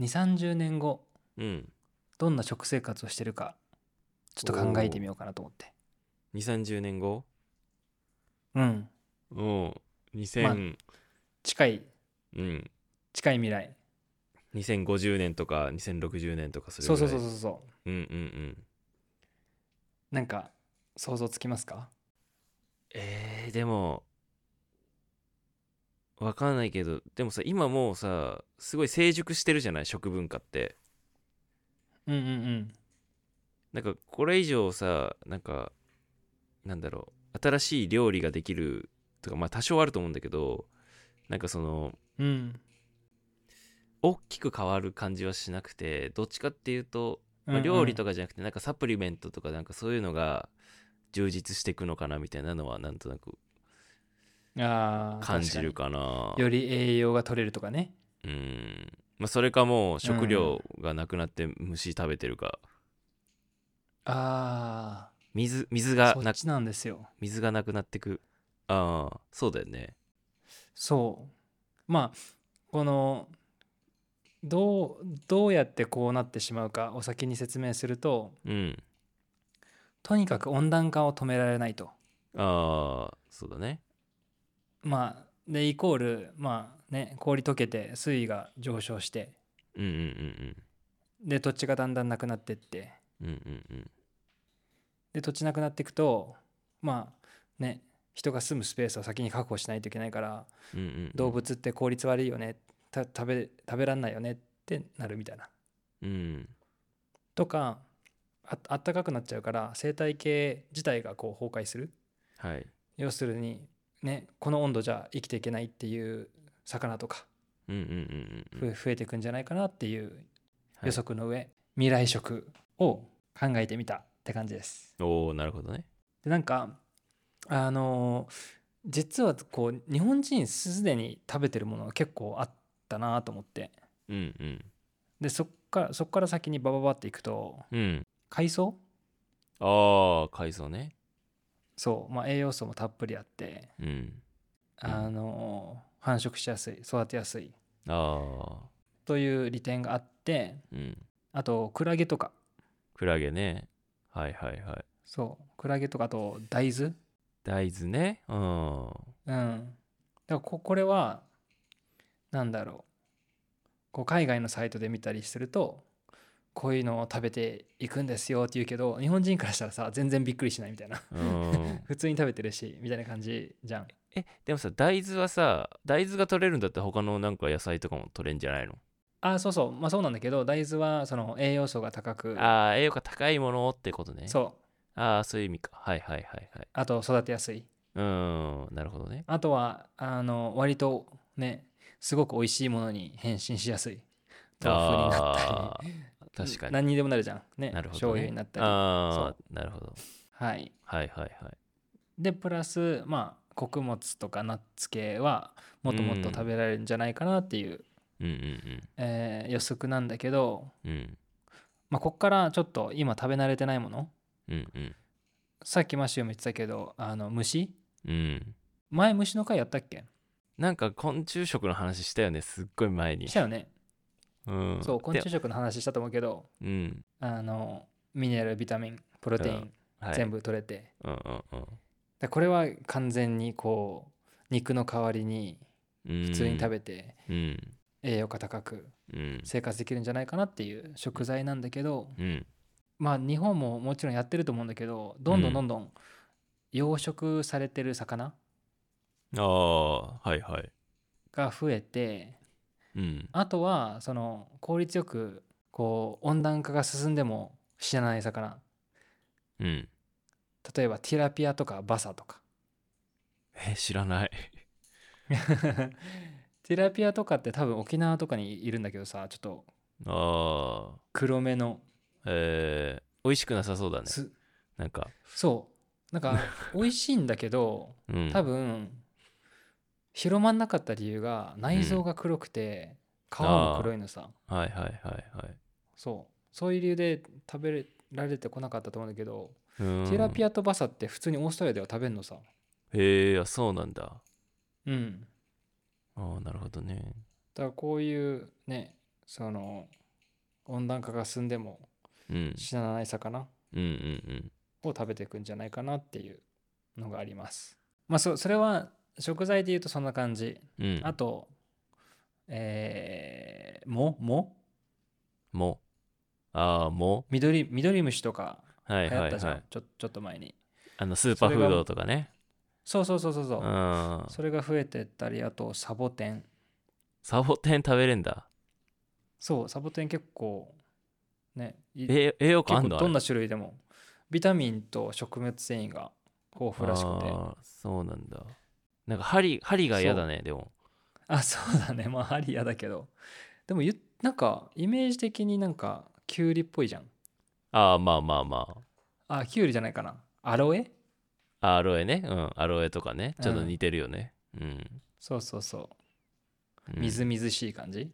2 3 0年後うんどんな食生活をしてるかちょっと考えてみようかなと思って2 3 0年後うんおう2000、近いうん近い未来2050年とか2060年とかそれそうそうそううそうそううんうんうんなんか想像つきますかえー、でもわかんないけどでもさ今もうさすごい成熟してるじゃない食文化ってうんうんうんなんかこれ以上さなんかなんだろう新しい料理ができるとかまあ多少あると思うんだけどなんかそのうん大きく変わる感じはしなくてどっちかっていうと、まうんあうん料理とかじゃなくてなんかサプリメントとかなんかそういうのが充実していくのかなみたいなのはなんとなくあー感じるかな確かにより栄養が取れるとかねうん、まあ、それかもう食料がなくなって虫食べてるか、あ水水あがそなっちなんですよ水がなくなってくああそうだよねそうまあこのどうどうやってこうなってしまうかお先に説明するとうんとにかく温暖化を止められないとああそうだねまあでイコールまあね氷溶けて水位が上昇してうんうんで土地がだんだんなくなってってうんうんうんうんうんで土地なくなっていくとまあね人が住むスペースを先に確保しないといけないからうんうんうん動物って効率悪いよねた食べ食べらんないよねってなるみたいな。うんとかああったかくなっちゃうから生態系自体がこう崩壊するはい要するにねこの温度じゃ生きていけないっていう魚とかうんうんうんうんふうん増えていくんじゃないかなっていうはい予測の上、未来食を考えてみたって感じです。おおなるほどねでなんかあのー実はこう日本人すでに食べてるものが結構あったなと思ってうんうんでそっからそっから先にバババっていくとうん。海藻ああ、海藻ね。そう、まあ、栄養素もたっぷりあってうん。うんあのー繁殖しやすい育てやすいああ、という利点があってうん。あとクラゲとかクラゲね。はいはいはい。そうクラゲとかあと大豆大豆ね。うん。うんだからここれはなんだろうこう海外のサイトで見たりするとこういうのを食べていくんですよって言うけど日本人からしたらさ全然びっくりしないみたいな うん、普通に食べてるしみたいな感じじゃん え、でもさ、大豆はさ、大豆が取れるんだったら他のなんか野菜とかも取れんじゃないのあそうそうまあそうなんだけど大豆はその栄養素が高くああ、栄養価高いものってことね。う。そうああ、そういう意味か。はいはいはいはい。あと育てやすいうん、なるほどね。あとはあの割とねすごく美味しいものに変身しやすい豆腐になったありあ、確かに。何にでもなるじゃんねなるほど、ね。醤油になったりああ、なるほど。はいはいはいはい。でプラスまあ穀物とかナッツ系はもっともっと食べられるんじゃないかなっていう、うんえー予測なんだけど、うんうん。うんまあ、こっからちょっと今食べ慣れてないものうんうん。さっきマシオも言ってたけどあの虫うん。前虫の回やったっけなんか昆虫食の話したよねすっごい前にしたよね、うんそう昆虫で食の話したと思うけどうんあのミネラルビタミンプロテイン、うんはい全部取れてうんうんうんでこれは完全にこう肉の代わりにうん普通に食べてうん栄養価高くうん生活できるんじゃないかなっていう食材なんだけど、うんまあ日本ももちろんやってると思うんだけどどんどんどんどん養殖されてる魚ああーはいはいが増えてうんあとはその効率よくこう温暖化が進んでも死なない魚うん例えばティラピアとかバサとか え知らないティラピアとかって多分沖縄とかにいるんだけどさちょっとああ黒目のえー、美味しくなさそうだねすなんかそうなん か美味しいんだけどうん多分広まんなかった理由が内臓が黒くて皮も黒いのさはいはいはいはいそうそういう理由で食べられてこなかったと思うんだけど、うんティラピアとバサって普通にオーストラリアでは食べるのさへえあそうなんだうんああなるほどねだからこういうねその温暖化が進んでもうん死なない魚うんうんを食べていくんじゃないかなっていうのがあります。まあそそれは食材で言うとそんな感じ。うんうんあと、えー、もももああも緑緑虫とかは流い行はっいたじゃん、はいちょちょっと前に。あのスーパーフードとかねそうそうそうそうそうう。んそれが増えてったりあとサボテンサボテン食べれんだそうサボテン結構ねい結え栄養価あ構んのあどれんな種類でもビタミンと食物繊維が豊富らしくてあーそうなんだなんか針針が嫌だねでもあそうだねまあありやだけどでもゆなんかイメージ的になんかキュウリっぽいじゃんああまあまあまあキュウリじゃないかなアロエあアロエねうんアロエとかねちょっとうん似てるよねうん、そうそうそうんうみずみずしい感じ、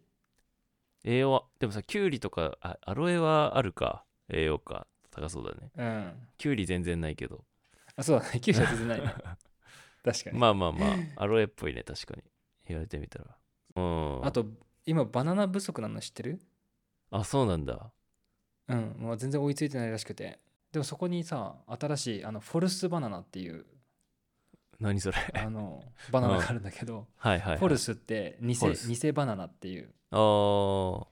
栄養はでもさキュウリとかあアロエはあるか栄養価高そうだねうんキュウリ全然ないけどあそうだねキュウリは全然ない ね確かに、まあまあま あアロエっぽいね確かに言われてみたらうんあと今バナナ不足なの知ってるあそうなんだうん、もう全然追いついてないらしくて。でもそこにさ、新しいあのフォルスバナナって いう何それあのバナナがあるんだけど、 はいはい、はい、フォルスって偽フォルス偽バナナっていう。あー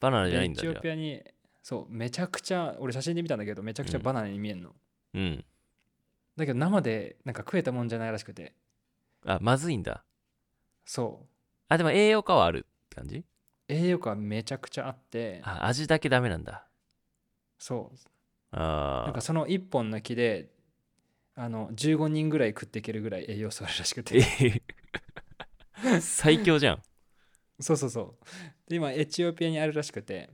バナナじゃないエんだチじゃオあピアに、そう、めちゃくちゃ、俺写真で見たんだけど、めちゃくちゃうんバナナに見えるの。うんだけど生でなんか食えたもんじゃないらしくて、あまずいんだそう、あでも栄養価はあるって感じ栄養価めちゃくちゃあって、あ味だけダメなんだそう、あなんーかその1本の木で、あの15人ぐらい食っていけるぐらい栄養素あるらしくてえ。へへ最強じゃん そうそうそう。で今エチオピアにあるらしくて、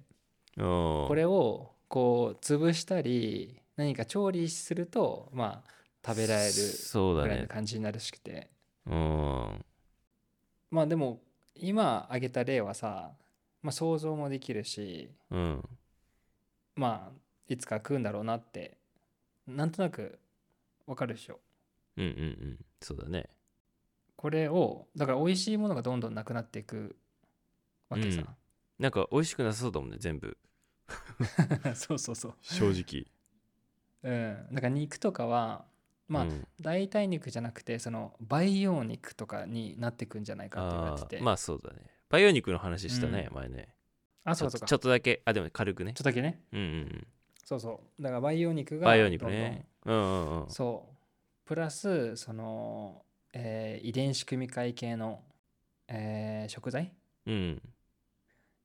こ これをこう潰したり何か調理するとまあ食べられるそうだぐらいのね感じになるらしくて、うんまあでも今挙げた例はさ、まあ、想像もできるしうんまあいつか食うんだろうなってなんとなくわかるでしょうんうんうんそうだねこれをだから美味しいものがどんどんなくなっていくわけさ、なんか美味しくなさそうだもんね全部 そうそうそう正直うんだから肉とかは まあ、うん代替肉じゃなくてその培養肉とかになっていくんじゃないかって言われてあてーまあそうだね培養肉の話したね、う前ねあちそょうっそうかとちょっとだけあでも軽くちねょっとだけねうんうんうんそうそうだから培養肉が培養肉ねうんうんうんどんどんそうプラスその、えー遺伝子組み換え系の、えー食材うん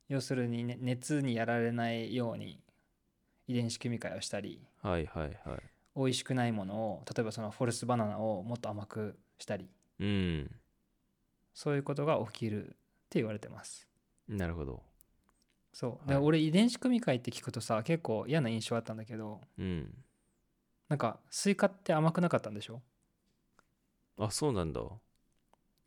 要するに、ね、熱にやられないように遺伝子組み換えをしたりはいはいはい美味しくないものを例えばそのフォルスバナナをもっと甘くしたりうんそういうことが起きるって言われてますなるほどそう、はいで俺遺伝子組み換えって聞くとさ結構嫌な印象あったんだけどうんなんかスイカって甘くなかったんでしょあそうなんだあ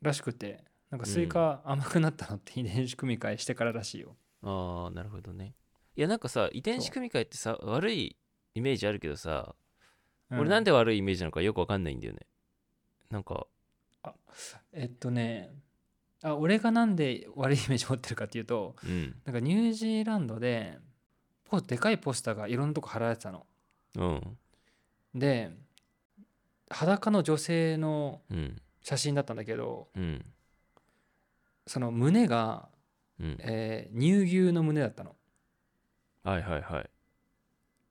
らしくてなんかスイカ甘くなったのって遺伝子組み換えしてかららしいよ、ーなるほどねいやなんかさ遺伝子そう組み換えってさ悪いイメージあるけどさう俺なんでで悪いイメージなのかよくわかんないんだよねなんかえっとねあ俺がなんで悪いイメージ持ってるかっていうとうんなんかニュージーランドでポでかいポスターがいろんなとこ貼られてたのうんで裸の女性のうん写真だったんだけどうんその胸が、うんえー乳牛の胸だったのはいはいはい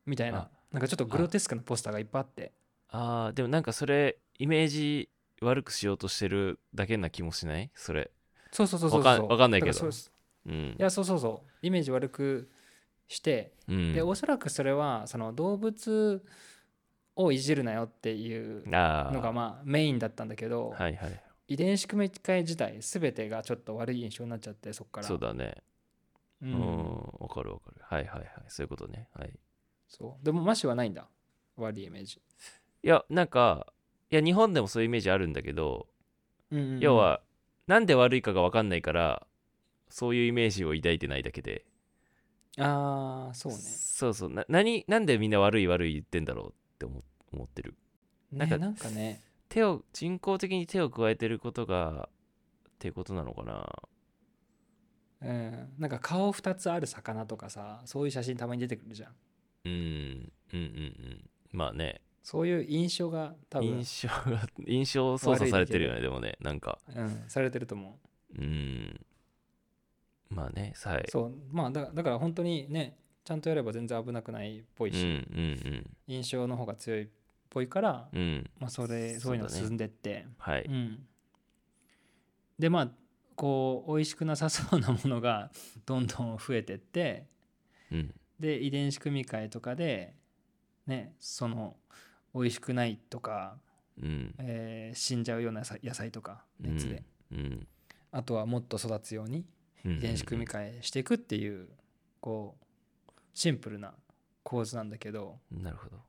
みたいあななんかちょっとグロテスクなポスターがいっぱいあってあーでもなんかそれイメージ悪くしようとしてるだけな気もしないそれそうそうそうそうわかんわかんないけどだらそうですうんいやそうそうそうイメージ悪くしてうんでおそらくそれはその動物をいじるなよっていうあのがあまあメインだったんだけど、はいはい遺伝子組み換え自体全てがちょっと悪い印象になっちゃってそこからそうだねううんんわかるわかるはいはいはいそういうことねはいそうでもマシはないんだ悪いイメージ、いやなんかいや日本でもそういうイメージあるんだけどうんうんうん要はなんで悪いかがわかんないからそういうイメージを抱いてないだけでああそうねそうそうな何なんでみんな悪い悪い言ってんだろうって思思ってるななんんかねなんかかね手を人工的に手を加えてることがっていうことなのかなうん、なんか顔2つある魚とかさそういう写真たまに出てくるじゃんうんうんうんうんまあねそういう印象が多分、印象が 印象操作されてるよねでもねなんかうん、されてると思うんまあねはいうそうまあだだから本当にねちゃんとやれば全然危なくないっぽいうんうし、ん印象の方が強いっぽいから、うんうんまあ、それそういうのがそうだね進んでって、はいうん、でまあこう美味しくなさそうなものが どんどん増えてってうん、で遺伝子組み換えとかでねその美味しくないとか、うんえー死んじゃうような野菜野菜とかうん熱で、うんあとはもっと育つようにうん遺伝子組み換えしていくっていうこうシンプルな構図なんだけどなるほど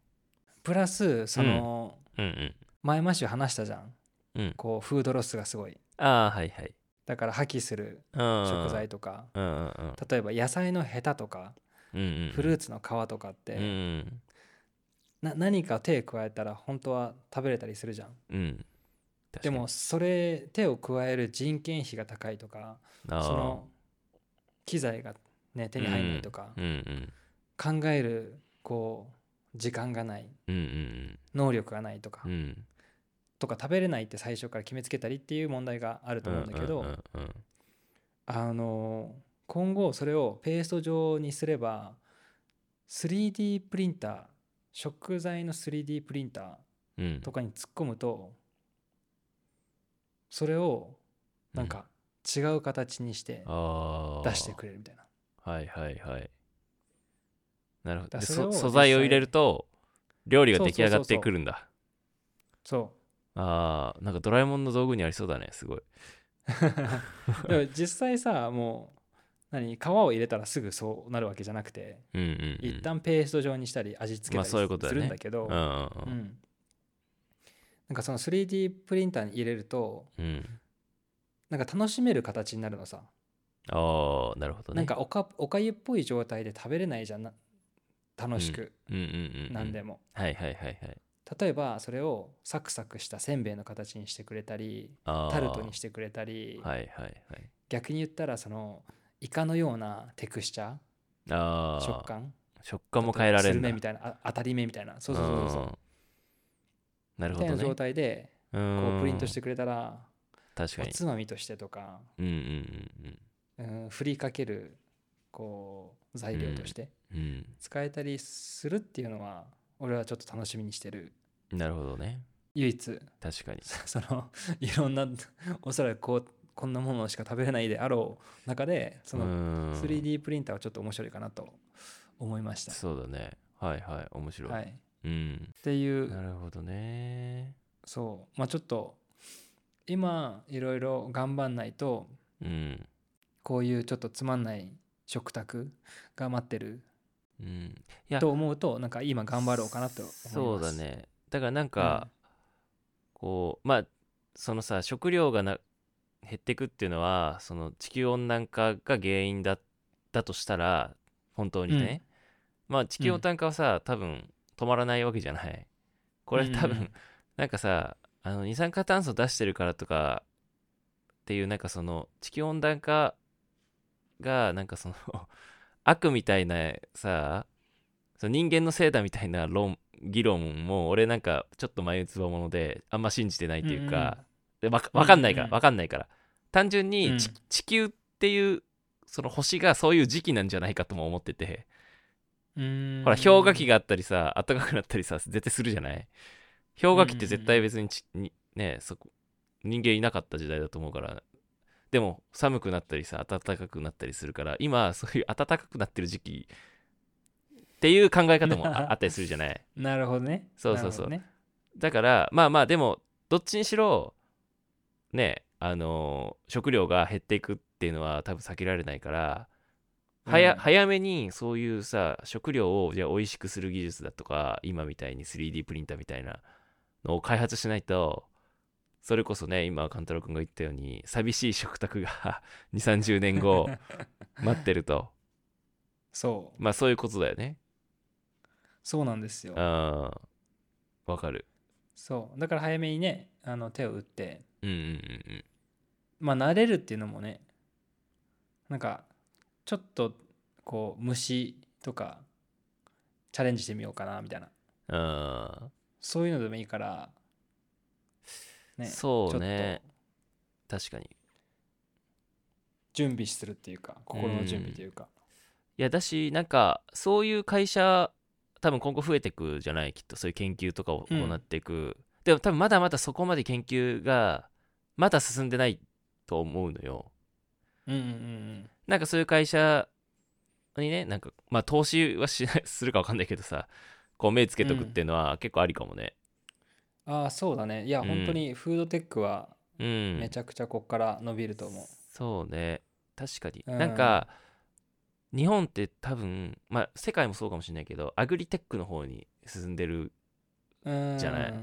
プラスその、うんうん前ま週話したじゃんうんこうフードロスがすごいああはいはいだから破棄する食食材とかうんうんうん例えば野菜のヘタとかうんうんフルーツの皮とかっうんうてんな何か手加えたら本当は食べれたりするじゃんうん確かでにもそれ手を加える人件費が高いとかあーその機材がね手に入らないとかうんうん考えるこう時間がないうんうん能力がないとかうんうんとか食べれないって最初から決めつけたりっていう問題があると思うんだけうどんうんあの今後それをペースト状にすれば 3D プリンター食材の 3D プリンターうんうんとかに突っ込むとそれをなんか違う形にしてあー出してくれるみたいなはいはいはいなるほどだでそれをそ素材を実際入れると料理が出来上がってくるんだそああなんかドラえもんの道具にありそうだねすごいう でも実際さもう何皮を入れたらすぐそうなるわけじゃなくてうんうんうん一旦ペースト状にしたり味付けまたありすそういうことだねるんだけどうんうんううんんなんかその 3D プリンターに入れるとうんなんか楽しめる形になるのさ、ああなるほどねなんかおかおかゆっぽい状態で食べれないじゃんな楽しく、うんうんうんなんでももはいはいはいはい例えばそれをサクサクしたせんべいの形にしてくれたりあータルトにしてくれたり、はいはいはい逆に言ったらそのイカのようなテクスチャあーあ食感食感も変えられスるルんだメみたいなあ当たり目みたいなそうそうそうそううんなるみほたいどなね状態でこううんプリントしてくれたら確かおにつまみとしてとか、うんうんうんうん、振りかけるこう材料としてうん使えたりするっていうのは俺はちょっと楽しみにしてるうんなるほどね唯一 確かにその いろんなおそらくこうこんなものしか食べれないであろう中でそのの 3D プリンターはちょっと面白いかなと思いました。そうだねはいはい面白い、はい、っうんていうなるほどねそうまあちょっと今いろいろ頑張んないとうん、こういうちょっとつまんない食卓が待ってるうん、いやと思うとなんか今頑張ろうかなと思います。そうだねだからなんか、こうまあそのさ食料がな減ってくっていうのはその地球温暖化が原因だだとしたら本当にね、まあ地球温暖化はさ、多分止まらないわけじゃないこれ多う分、んうんうんなんかさあの二酸化炭素出してるからとかっていうなんかその地球温暖化がなんかその 悪みたいなさその人間のせいだみたいな論議論も俺なんかちょっと眉唾ものであんま信じてないっていうか、でわかわかんないかうんらうんわかんないから単純にちうん地球っていうその星がそういう時期なんじゃないかとも思っててうんうん、ほら氷河期ががあったりさ暖かくなったりさ絶対するじゃない氷河期って絶対別にちにねそこ人間いなかった時代だと思うからでも寒くなったりさ暖かくなったりするから今そういう暖かくなってる時期っていう考え方 もああったりするじゃないなるほどね。そうそうそうなるほだからまあまあでもどっちにしろねあのー食料が減っていくっていうのは多分避けられないから早,、うん早めにそういうさ食料をじゃあ美味しくする技術だとか今みたいに 3D プリンターみたいなのを開発しないとそれこそね今勘太郎くんが言ったように寂しい食卓が 2 3 0年後どね待ってるとそうまあそういうことだよねそうなんですようん。わかるそうだから早めにねあの手を打ってうんうんうんうんまあ慣れるっていうのもねなんかちょっとこう虫とかチャレンジしてみようかなみたいなうん、そういうのでもいいからねそうちょっねと確かに準備するっていうか心の準備というか、いやだしなんかそういう会社多分今後増えてくじゃないきっとそういう研究とかをうん行っていく、でも多分まだまだそこまで研究がまだ進んでないと思うのようん、うんうんなんかそういう会社にねなんかまあ投資はしないするか分かんないけどさこう目つけとくっていうのは結構ありかもねうんああそうだねいや、うん本当にフードテックはうん、めちゃくちゃこっから伸びると思う、そうね確かに、うんなんか日本って多分まあ世界もそうかもしれないけどアグリテックの方に進んでるうんじゃない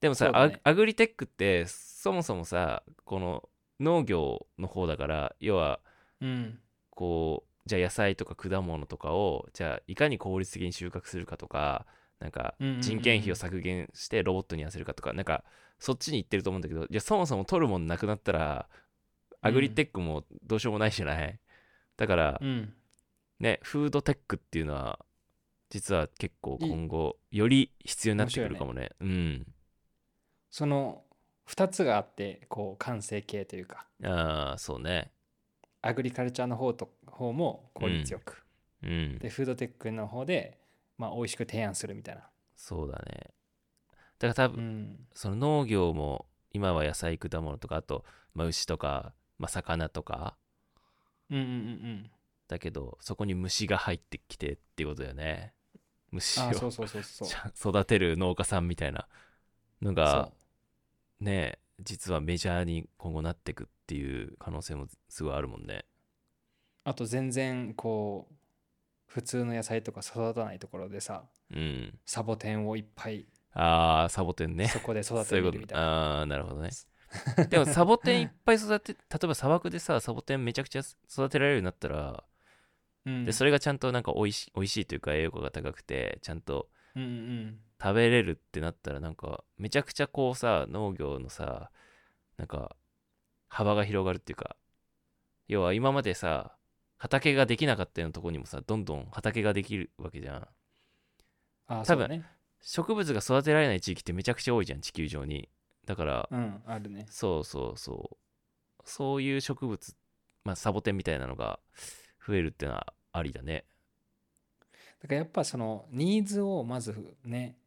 でもさ、そうだねアアグリテックってそもそもさこの農業の方だから要はうんこうじゃあ野菜とか果物とかをじゃあいかに効率的に収穫するかとかなんかうんうんうん人件費を削減してロボットに痩せるかとかなんかそっちに行ってると思うんだけどじゃあそもそも取るもんなくなったらアグリテックもどうしようもないじゃない、だからうんねフードテックっていうのは実は結構今後より必要になってくるかもねうんその2つがあってこう完成形というかああそうねアグリカルチャーの方と方も効率よく、うんでフードテックの方で、まあ、美味しく提案するみたいな、そうだねだから多分、うんその農業も今は野菜果物とかあと、まあ、牛とか、まあ、魚とかうんうんうんだけどそこに虫が入ってきてっていうことだよね虫あをあそうそうそうそうちそうゃん育てる農家さんみたいなのがそね実はメジャーに今後なってくっていう可能性もすごいあるもんねうあと全然こう普通の野菜とか育たないところでさうんサボテンをいっぱいああサボテンねそこで育そうていてみうるみこたといなああーなるほどねでもサボテンいっぱい育て例 えば砂漠でさサボテンめちゃくちゃ育てられるようになったらうんでそれがちゃんとなんかおいし美味しいというか栄養価が高くてちゃんとうんうん食べれるってなったらなんかめちゃくちゃこうさ農業のさなんか幅が広がるっていうか要は今までさ畑ができなかったようなとこにもさどんどん畑ができるわけじゃんああ多そ分うね植物が育てられない地域ってめちゃくちゃ多いじゃん地球上にだからうんあるねそうそうそうそういう植物まあサボテンみたいなのが増えるってのはありだねだからやっぱそのニーズをまずね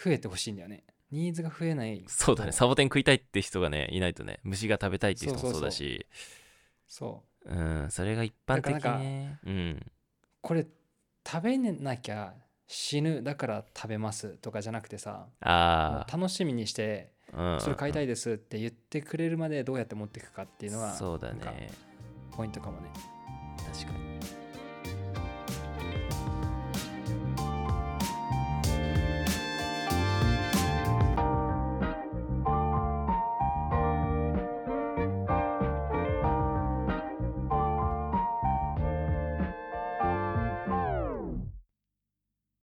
増えてほしいんだよねニーズが増えないそうだね、サボテン食いたいって人がね、いないとね、虫が食べたいって人もそうそうそそううだし、そううん、それが一般的だからね。うん、これ食べなきゃ死ぬだから食べますとかじゃなくてさあ楽しみにしてあ、うん、それ買いたいっいですって言ってくれるまでどうやって持っていくかってていうのがそうだなんかね、ポイントかもね。確かに。